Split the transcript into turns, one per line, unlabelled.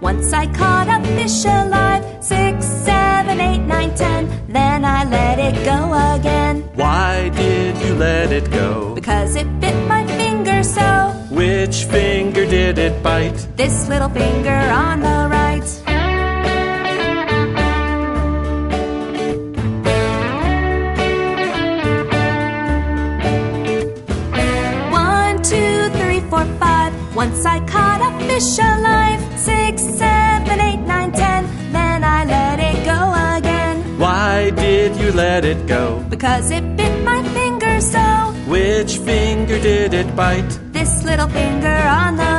Once I caught a fish alive, six, seven, eight, nine, ten. Then I let it go again
Why did you let it go?
because it bit my finger so.
Which finger did it bite?
This little finger on the right. One, two, three, four, five. Once I caught a fish alive. Six, seven, eight, nine, ten. Then I let it go again
Why did you let it go?
because it bit my finger so.
Which finger did it bite?
This little finger on the